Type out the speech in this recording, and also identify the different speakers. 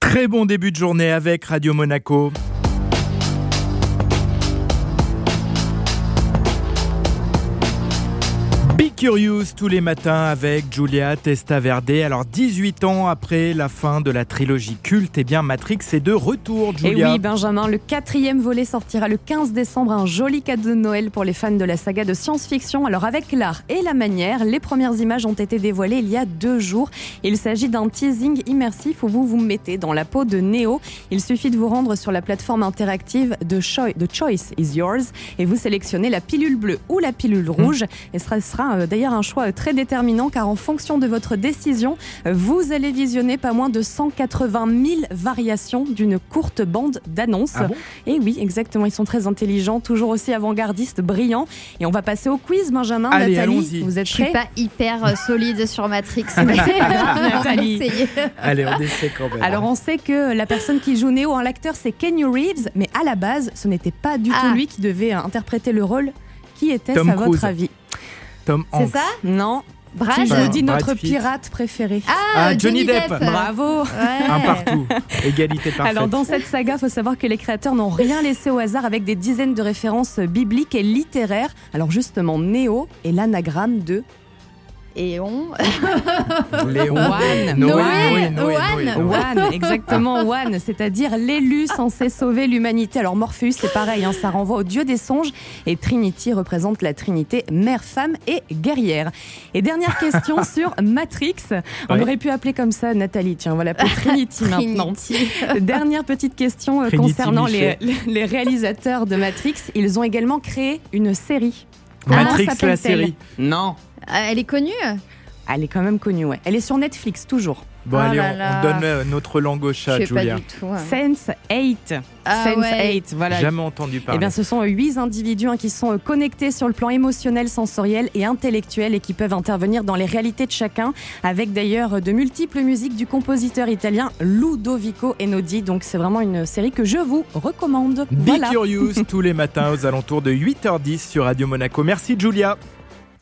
Speaker 1: Très bon début de journée avec Radio Monaco. Curious tous les matins avec Julia Testaverde. Alors 18 ans après la fin de la trilogie culte, et eh bien Matrix est de
Speaker 2: Eh
Speaker 1: retour Julia.
Speaker 3: Et Eh oui Benjamin, le quatrième volet sortira le 15 décembre, un joli cadeau de Noël pour les fans de la saga de science-fiction. Alors avec l'art et la manière, les premières images ont été dévoilées il y a deux jours. Il s'agit d'un teasing immersif où vous vous mettez dans la peau de Neo. Il suffit de vous rendre sur la plateforme interactive de Choice, The Choice is Yours et vous sélectionnez la pilule bleue ou la
Speaker 1: Hmm.
Speaker 3: pilule rouge. Et ce sera, sera euh, d'ailleurs un choix très déterminant car en fonction de votre décision, euh, vous allez visionner pas moins de 180 000 variations d'une courte bande d'annonces.
Speaker 1: Ah bon
Speaker 3: et oui, exactement, ils sont très intelligents, toujours aussi avant-gardistes, brillants. Et on va passer au quiz, Benjamin,
Speaker 1: Allez,
Speaker 3: Nathalie.
Speaker 1: allons-y.
Speaker 3: Vous êtes
Speaker 2: Je suis
Speaker 3: prêts
Speaker 2: pas hyper euh, solide sur Matrix, mais on va
Speaker 3: Nathalie.
Speaker 2: essayer.
Speaker 1: Allez, on essaie quand même. hein.
Speaker 3: alors on sait que la personne qui joue Neo, hein, l'acteur, c'est Kenny Reeves, mais à la base, ce n'était pas du
Speaker 2: Ah.
Speaker 3: tout lui qui devait euh, interpréter le rôle. Qui était-ce
Speaker 1: Tom
Speaker 3: à
Speaker 1: Cruise.
Speaker 3: votre avis
Speaker 1: Tom
Speaker 2: C'est
Speaker 1: Hanks.
Speaker 2: ça
Speaker 3: Non.
Speaker 2: Brad
Speaker 3: je vous dis
Speaker 1: Brad
Speaker 3: notre
Speaker 1: Pitt.
Speaker 3: pirate préféré.
Speaker 2: Ah,
Speaker 1: Ah, Johnny
Speaker 2: Johnny
Speaker 1: Depp.
Speaker 2: Depp.
Speaker 3: Bravo
Speaker 2: Ouais.
Speaker 1: Un partout. Égalité parfaite.
Speaker 3: Alors dans cette saga, faut savoir que les créateurs n'ont rien laissé au hasard avec des dizaines de références bibliques et littéraires. Alors justement, Néo est l'anagramme de
Speaker 2: Et on. euh,
Speaker 1: Léon. Noé,
Speaker 3: One.
Speaker 1: Noé,
Speaker 2: Noé,
Speaker 1: Noé,
Speaker 2: One.
Speaker 1: Noé, Noé.
Speaker 3: One, exactement One, c'est-à-dire l'élu censé sauver l'humanité. Alors Morpheus, c'est pareil, hein, ça renvoie au dieu des songes et Trinity représente la trinité mère, femme et guerrière. Et dernière question sur Matrix. On
Speaker 1: Oui.
Speaker 3: aurait pu appeler comme ça Nathalie, tiens, voilà pour Trinity maintenant.
Speaker 2: Trinity.
Speaker 3: Dernière petite question euh,
Speaker 1: Trinity
Speaker 3: concernant les,
Speaker 1: Michel.
Speaker 3: les réalisateurs de Matrix. Ils ont également créé une série.
Speaker 1: Matrix,
Speaker 3: Ah,
Speaker 1: la
Speaker 3: s'appelle-t-elle
Speaker 1: série.
Speaker 3: Non.
Speaker 2: Ah, Elle est connue
Speaker 3: Elle est quand même connue, ouais. Elle est sur Netflix toujours.
Speaker 1: Bon,
Speaker 2: Oh
Speaker 1: allez, on,
Speaker 2: là là.
Speaker 1: on donne euh, notre langue au chat,
Speaker 2: Je sais pas
Speaker 1: Julia.
Speaker 2: du tout. hein.
Speaker 3: Sense 8.
Speaker 2: Ah
Speaker 3: Sense
Speaker 2: ouais.
Speaker 3: 8, voilà.
Speaker 1: Jamais entendu
Speaker 3: Eh
Speaker 1: parler.
Speaker 3: bien, ce sont euh, huit individus hein, qui sont euh, connectés sur le plan émotionnel, sensoriel et intellectuel et qui peuvent intervenir dans les réalités de chacun, avec d'ailleurs euh, de multiples musiques du compositeur italien Ludovico Einaudi. Donc, c'est vraiment une série que je vous recommande.
Speaker 1: Be
Speaker 3: Voilà.
Speaker 1: Curious tous les matins aux alentours de 8h10 sur Radio Monaco. Merci Julia.